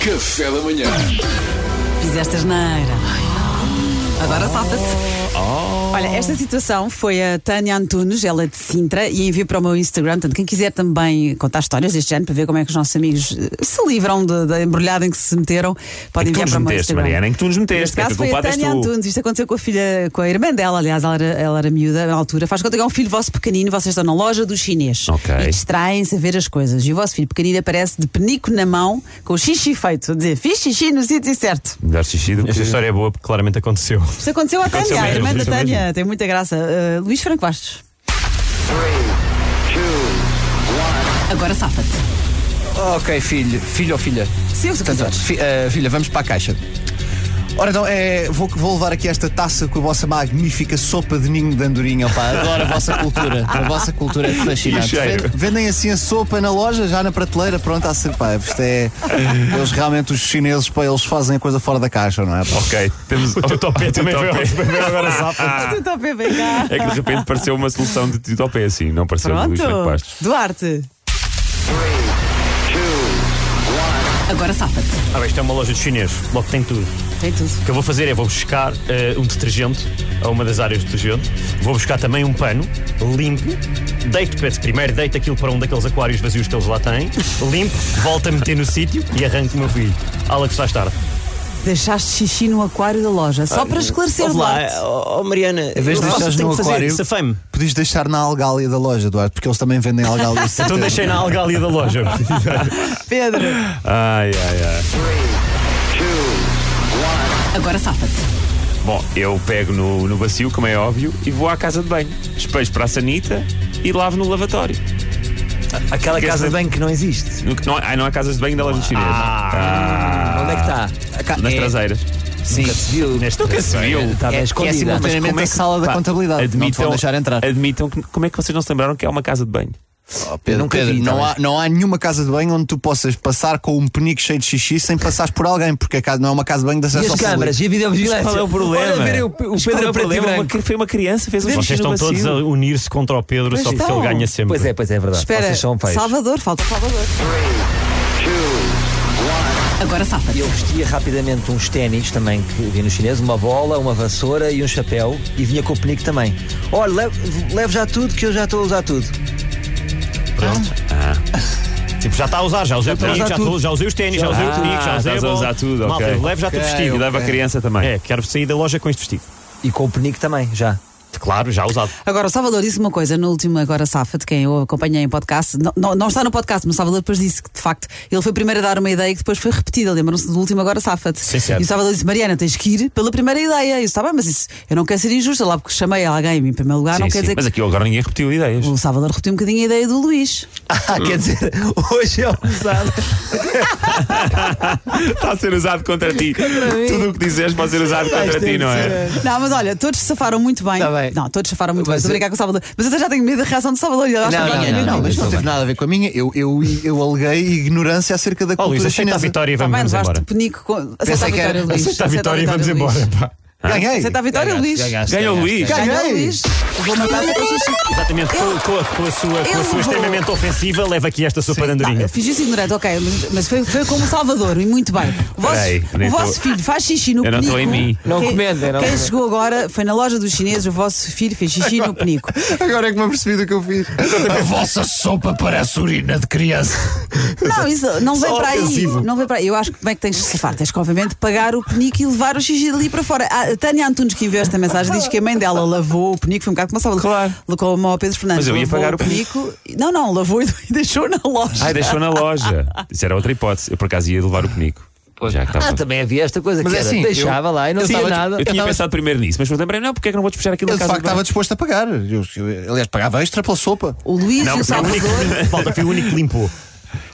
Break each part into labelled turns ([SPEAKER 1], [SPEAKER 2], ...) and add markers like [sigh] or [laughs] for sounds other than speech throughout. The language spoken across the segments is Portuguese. [SPEAKER 1] Café da manhã.
[SPEAKER 2] Fizeste asneira. Agora salta-te.
[SPEAKER 3] Oh.
[SPEAKER 2] Olha, esta situação foi a Tânia Antunes, ela é de Sintra, e enviou para o meu Instagram. Portanto, quem quiser também contar histórias deste género para ver como é que os nossos amigos eh, se livram de- da embrulhada em que se meteram, podem
[SPEAKER 3] Em que
[SPEAKER 2] enviar
[SPEAKER 3] tu nos
[SPEAKER 2] para o meu
[SPEAKER 3] meteste,
[SPEAKER 2] Instagram.
[SPEAKER 3] Mariana, em que tu nos
[SPEAKER 2] Neste
[SPEAKER 3] meteste, é
[SPEAKER 2] caso
[SPEAKER 3] que
[SPEAKER 2] foi a
[SPEAKER 3] culpada és
[SPEAKER 2] Tânia
[SPEAKER 3] tu.
[SPEAKER 2] Antunes. Isto aconteceu com a filha, com a irmã dela, aliás, ela era, ela era miúda na altura. Faz conta que é um filho vosso pequenino, vocês estão na loja do chinês.
[SPEAKER 3] Ok.
[SPEAKER 2] E distraem-se a ver as coisas. E o vosso filho pequenino aparece de penico na mão, com o xixi feito, a dizer, fiz xixi no sítio certo.
[SPEAKER 3] Melhor xixi do que
[SPEAKER 4] Essa história é boa porque claramente [laughs] aconteceu.
[SPEAKER 2] Isto aconteceu à
[SPEAKER 3] Aconteceu
[SPEAKER 2] Tânia, à
[SPEAKER 3] mesmo,
[SPEAKER 2] irmã da
[SPEAKER 3] aconteceu
[SPEAKER 2] é, Tânia, tem muita graça. Uh, Luís Franco Bastos. Agora safa-te.
[SPEAKER 5] Oh,
[SPEAKER 6] Ok, filho, filho ou filha?
[SPEAKER 2] Sim, o que
[SPEAKER 6] Portanto,
[SPEAKER 2] quiseres.
[SPEAKER 6] fi- eh, filha, vamos para a caixa.
[SPEAKER 5] Ora então, é, vou, vou levar aqui esta taça com a vossa magnífica sopa de ninho de andorinha, pá. Adoro a vossa cultura.
[SPEAKER 6] A vossa cultura é
[SPEAKER 5] [laughs]
[SPEAKER 3] E o
[SPEAKER 6] fascinante.
[SPEAKER 3] cheiro?
[SPEAKER 5] Vende- Vendem assim a sopa na loja, já na prateleira, pronto, a ser, pá, isto é... Eles realmente, os chineses, pá, eles fazem a coisa fora da caixa, não é? pá?
[SPEAKER 3] Ok, temos o teu topé também foi ótimo. Agora safa.
[SPEAKER 2] [laughs] Tu tá está bem bem cá.
[SPEAKER 3] [laughs] Ah. É que de repente pareceu uma solução de titopé assim, não pareceu de Luís Franco
[SPEAKER 2] Pronto.
[SPEAKER 3] Bastos.
[SPEAKER 2] Duarte. Agora safa-te.
[SPEAKER 4] Ah, bem, isto é uma loja de chinês, logo tem tudo.
[SPEAKER 2] Tem tudo.
[SPEAKER 4] O que eu vou fazer é vou buscar eh, um detergente a uma das áreas de detergente, vou buscar também um pano limpo, deito peço primeiro, deito aquilo para um daqueles aquários vazios que eles lá têm, limpo, volto a meter no sítio e arranco o meu filho. Ala que se faz tarde.
[SPEAKER 2] Deixaste xixi no aquário da loja, só para esclarecer,
[SPEAKER 7] Ah, Ouve lá,
[SPEAKER 2] Duarte.
[SPEAKER 7] oh, oh, Mariana, eu
[SPEAKER 5] vez de
[SPEAKER 7] faço
[SPEAKER 5] deixares
[SPEAKER 7] o que
[SPEAKER 5] no
[SPEAKER 7] tenho que fazer,
[SPEAKER 5] aquário-
[SPEAKER 7] safei-me.
[SPEAKER 5] Podias deixar na algália da loja, Eduardo, porque eles também vendem algália.
[SPEAKER 4] Então deixei na algália da loja.
[SPEAKER 2] Pedro.
[SPEAKER 3] [laughs] Ai, ai, ai.
[SPEAKER 2] Agora safa-te.
[SPEAKER 3] Bom, eu pego no, no bacio, como é óbvio, e vou à casa de banho. Despejo para a sanita e lavo no lavatório.
[SPEAKER 7] Aquela casa de banho que não existe.
[SPEAKER 3] No que não, ai, não há casas de banho da loja de chinês.
[SPEAKER 4] Ah,
[SPEAKER 7] Onde é que está?
[SPEAKER 3] Nas traseiras.
[SPEAKER 7] Sim. Nunca se viu. Tá,
[SPEAKER 3] Nunca se viu.
[SPEAKER 7] Está bem
[SPEAKER 6] É- é
[SPEAKER 7] escondida.
[SPEAKER 6] simultâneo.
[SPEAKER 5] Mas como é que sala da
[SPEAKER 3] Pá,
[SPEAKER 5] contabilidade? não te vão
[SPEAKER 3] admitam-
[SPEAKER 5] deixar entrar.
[SPEAKER 3] Admitam que, como é que vocês não se lembraram que é uma casa de banho?
[SPEAKER 5] Oh, Pedro,
[SPEAKER 7] nunca
[SPEAKER 5] Pedro,
[SPEAKER 7] vi,
[SPEAKER 5] não,
[SPEAKER 7] talvez.
[SPEAKER 5] há, não há nenhuma casa de banho onde tu possas passar com um penico cheio de xixi sem passares por alguém, porque a casa não é uma casa de banho de acesso
[SPEAKER 7] E as
[SPEAKER 5] ao [laughs]
[SPEAKER 7] câmaras
[SPEAKER 5] público.
[SPEAKER 7] e a videovigilância.
[SPEAKER 3] Qual é o problema?
[SPEAKER 7] Olha, verem o, o
[SPEAKER 3] Qual é o
[SPEAKER 7] Pedro a preto e
[SPEAKER 3] problema?
[SPEAKER 7] branco.
[SPEAKER 3] Uma- Foi uma criança, fez um
[SPEAKER 4] Vocês
[SPEAKER 3] xixi no
[SPEAKER 4] estão todos
[SPEAKER 3] bacio.
[SPEAKER 4] a unir-se contra o Pedro só porque
[SPEAKER 2] estão.
[SPEAKER 4] ele ganha sempre.
[SPEAKER 7] Pois é, pois é, é verdade.
[SPEAKER 2] Espera,
[SPEAKER 7] Vocês são feios.
[SPEAKER 2] Salvador, falta o Salvador. Agora safa-te.
[SPEAKER 7] Eu vestia rapidamente uns ténis também que vi no chinês, uma bola, uma vassoura e um chapéu e vinha com o penico também. Olha, levo, levo já tudo que eu já estou a usar tudo.
[SPEAKER 4] Tipo, já está a usar, já usei o penico, já, tô- já usei os ténis, já usei o penico, já
[SPEAKER 3] Ah,
[SPEAKER 4] usei a
[SPEAKER 3] estás a
[SPEAKER 4] bola.
[SPEAKER 3] usar tudo,
[SPEAKER 4] Malta,
[SPEAKER 3] ok.
[SPEAKER 4] leve já tudo
[SPEAKER 3] E
[SPEAKER 4] vestido.
[SPEAKER 3] leva a criança também.
[SPEAKER 4] É, quero sair da loja com este vestido.
[SPEAKER 7] E com o penico também, já.
[SPEAKER 4] Claro, já usado.
[SPEAKER 2] Agora, o Salvador disse uma coisa no último Agora Safa, de quem eu acompanhei em podcast. Não, não, não está no podcast, mas o Salvador depois disse que, de facto, ele foi o primeiro a dar uma ideia que depois foi repetida. Lembram-se do último Agora safa
[SPEAKER 4] Sim, certo.
[SPEAKER 2] E o Salvador disse: Mariana, tens que ir pela primeira ideia. E eu disse: tá bem, mas isso, eu não quero ser injusta lá porque chamei alguém em primeiro lugar, Ah, não
[SPEAKER 3] Sim,
[SPEAKER 2] quer
[SPEAKER 3] sim.
[SPEAKER 2] dizer
[SPEAKER 3] Mas
[SPEAKER 2] que.
[SPEAKER 3] aqui agora ninguém repetiu ideias.
[SPEAKER 2] O Salvador repetiu um bocadinho a ideia do Luís.
[SPEAKER 7] Ah, quer dizer, hoje é usado.
[SPEAKER 3] Está a ser usado contra ti. Tudo o que disseres pode ser usado contra ti, não é?
[SPEAKER 2] Não, mas olha, todos se safaram muito bem.
[SPEAKER 5] Tá bem.
[SPEAKER 2] Não, todos se safaram muito
[SPEAKER 5] Mas
[SPEAKER 2] bem. Estou a
[SPEAKER 5] eu-
[SPEAKER 2] brincar com o Salvador. Mas eu já tenho medo da reação do Salvador. Ele acha
[SPEAKER 5] Não,
[SPEAKER 2] que
[SPEAKER 5] não,
[SPEAKER 2] eu
[SPEAKER 5] não,
[SPEAKER 2] tenho
[SPEAKER 5] não,
[SPEAKER 2] medo.
[SPEAKER 5] mas não teve nada a ver com a minha. Eu, eu, eu aleguei ignorância acerca da
[SPEAKER 4] Ó,
[SPEAKER 5] cultura
[SPEAKER 4] Oh, Luís, aceita a
[SPEAKER 5] chinesa.
[SPEAKER 4] vitória e
[SPEAKER 2] Tá
[SPEAKER 4] vamos,
[SPEAKER 2] bem,
[SPEAKER 4] vamos
[SPEAKER 2] levaste
[SPEAKER 4] embora.
[SPEAKER 2] o penico. com- Aceita
[SPEAKER 5] Pensei
[SPEAKER 2] a
[SPEAKER 5] que era-
[SPEAKER 2] vitória, Luís.
[SPEAKER 4] Aceita a vitória e vamos
[SPEAKER 2] Luís.
[SPEAKER 4] embora. pá.
[SPEAKER 5] Ganhei.
[SPEAKER 2] Aceita a vitória, Luís.
[SPEAKER 3] Ganha o Luís.
[SPEAKER 2] Ganhou
[SPEAKER 5] Ganhei.
[SPEAKER 2] Luís. Vou matar a xixi.
[SPEAKER 4] Exatamente, com, com a, com a sua, com a
[SPEAKER 2] Eu
[SPEAKER 4] sua
[SPEAKER 2] vou.
[SPEAKER 4] extremamente ofensiva, leva aqui esta sopa
[SPEAKER 2] [laughs]
[SPEAKER 4] de andorinha.
[SPEAKER 2] Fingiu-se ignorante, ok, mas, mas foi, foi como o Salvador, e muito bem. O vosso,
[SPEAKER 3] Peraí, nem
[SPEAKER 2] o vosso
[SPEAKER 3] tô-
[SPEAKER 2] filho faz xixi no
[SPEAKER 3] Eu não
[SPEAKER 2] penico.
[SPEAKER 3] tô em mim.
[SPEAKER 7] Não
[SPEAKER 2] Quem-
[SPEAKER 7] comendem, não
[SPEAKER 2] Quem
[SPEAKER 7] comendem.
[SPEAKER 2] chegou agora foi na loja dos chineses, o vosso filho fez xixi no penico.
[SPEAKER 5] Agora é que me apercebi do que eu fiz.
[SPEAKER 8] A vossa sopa parece urina de criança.
[SPEAKER 2] Não, isso não vem para aí. Não vem para aí. Eu acho que como é que tens de se safar? Tens que, obviamente, pagar o penico e levar o xixi ali para fora. Ah, A a Tânia Antunes, que enviou esta mensagem, diz que a mãe dela lavou o penico, foi um bocado como a Salvador.
[SPEAKER 3] Claro.
[SPEAKER 2] Levou o Pedro Fernandes.
[SPEAKER 3] Mas eu ia
[SPEAKER 2] lavou
[SPEAKER 3] pagar o
[SPEAKER 2] e- Não, não, lavou e [laughs] deixou na loja.
[SPEAKER 3] Ai, deixou na loja. Isso era outra hipótese. Eu por acaso ia levar o penico. Já que estava.
[SPEAKER 7] Ah,
[SPEAKER 4] tá.
[SPEAKER 7] também havia esta coisa
[SPEAKER 5] Mas
[SPEAKER 7] que
[SPEAKER 5] é
[SPEAKER 7] era,
[SPEAKER 5] assim,
[SPEAKER 7] deixava lá e não
[SPEAKER 3] eu
[SPEAKER 7] tinha
[SPEAKER 3] estava-
[SPEAKER 7] nada.
[SPEAKER 3] Eu tinha
[SPEAKER 5] tava-
[SPEAKER 3] pensado primeiro nisso, mas me lembrei, não, porque é que não vou despachar aquilo
[SPEAKER 5] Eu
[SPEAKER 3] na
[SPEAKER 5] de facto
[SPEAKER 3] casa de banho?
[SPEAKER 5] estava disposto a pagar. Eu- eu- aliás, pagava extra pela sopa.
[SPEAKER 2] O Luís e
[SPEAKER 3] é
[SPEAKER 2] o
[SPEAKER 4] Foi o
[SPEAKER 2] Salvador.
[SPEAKER 4] único que limpou. Malta, fui o único que limpou.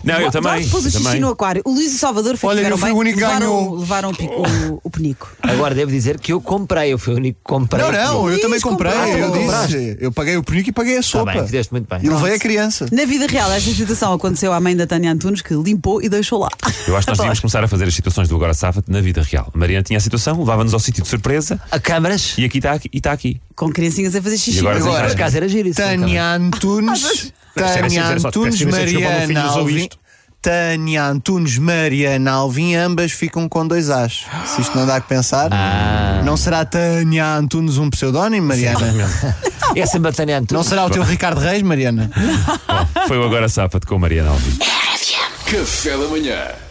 [SPEAKER 3] Não, eu
[SPEAKER 2] Duarte
[SPEAKER 3] também.
[SPEAKER 2] pôs o
[SPEAKER 3] eu
[SPEAKER 2] xixi
[SPEAKER 3] também.
[SPEAKER 2] no aquário. O Luís e o Salvador
[SPEAKER 5] Olha,
[SPEAKER 2] fizeram
[SPEAKER 5] eu fui
[SPEAKER 2] bem,
[SPEAKER 5] o único que
[SPEAKER 2] levaram,
[SPEAKER 5] ganhou. Oh.
[SPEAKER 2] levaram o, pi- o- o penico.
[SPEAKER 7] Agora devo dizer que eu comprei, eu fui o único que comprei.
[SPEAKER 5] Não, não, eu
[SPEAKER 2] Luís,
[SPEAKER 5] também comprei.
[SPEAKER 2] compraste.
[SPEAKER 5] Eu disse. Eu paguei o penico e paguei a
[SPEAKER 7] Tá
[SPEAKER 5] sopa.
[SPEAKER 7] bem, fizeste muito bem.
[SPEAKER 5] E levei a criança.
[SPEAKER 2] Na vida real, esta situação aconteceu à mãe da Tânia Antunes, que limpou e deixou lá.
[SPEAKER 3] Eu acho que nós devíamos começar a fazer as situações do Agora Safa na vida real. A Mariana tinha a situação, levava-nos ao sítio de surpresa
[SPEAKER 7] A câmaras?
[SPEAKER 3] e aqui está aqui, e está aqui.
[SPEAKER 2] Com criancinhas a fazer xixi. é?
[SPEAKER 3] E agora
[SPEAKER 2] Mas
[SPEAKER 3] tem
[SPEAKER 7] Por
[SPEAKER 5] Agora,
[SPEAKER 7] acaso era giro isso. não,
[SPEAKER 5] Tânia Antunes. Ah,
[SPEAKER 4] Mas era
[SPEAKER 5] Tânia
[SPEAKER 4] sincero, só- peço
[SPEAKER 5] Antunes,
[SPEAKER 4] imensa desculpa, o meu filho
[SPEAKER 5] Mariana
[SPEAKER 4] usou
[SPEAKER 5] Alvim.
[SPEAKER 4] isto.
[SPEAKER 5] Tânia Antunes Mariana Alvim, ambas ficam com dois As. Se isto não dá a pensar, não será Tânia Antunes um pseudónimo, Mariana?
[SPEAKER 7] É sempre a Tânia Antunes.
[SPEAKER 5] Não será o teu Ricardo Reis, Mariana?
[SPEAKER 3] Foi o Agora Sábado com a Mariana Alves.
[SPEAKER 1] Café da Manhã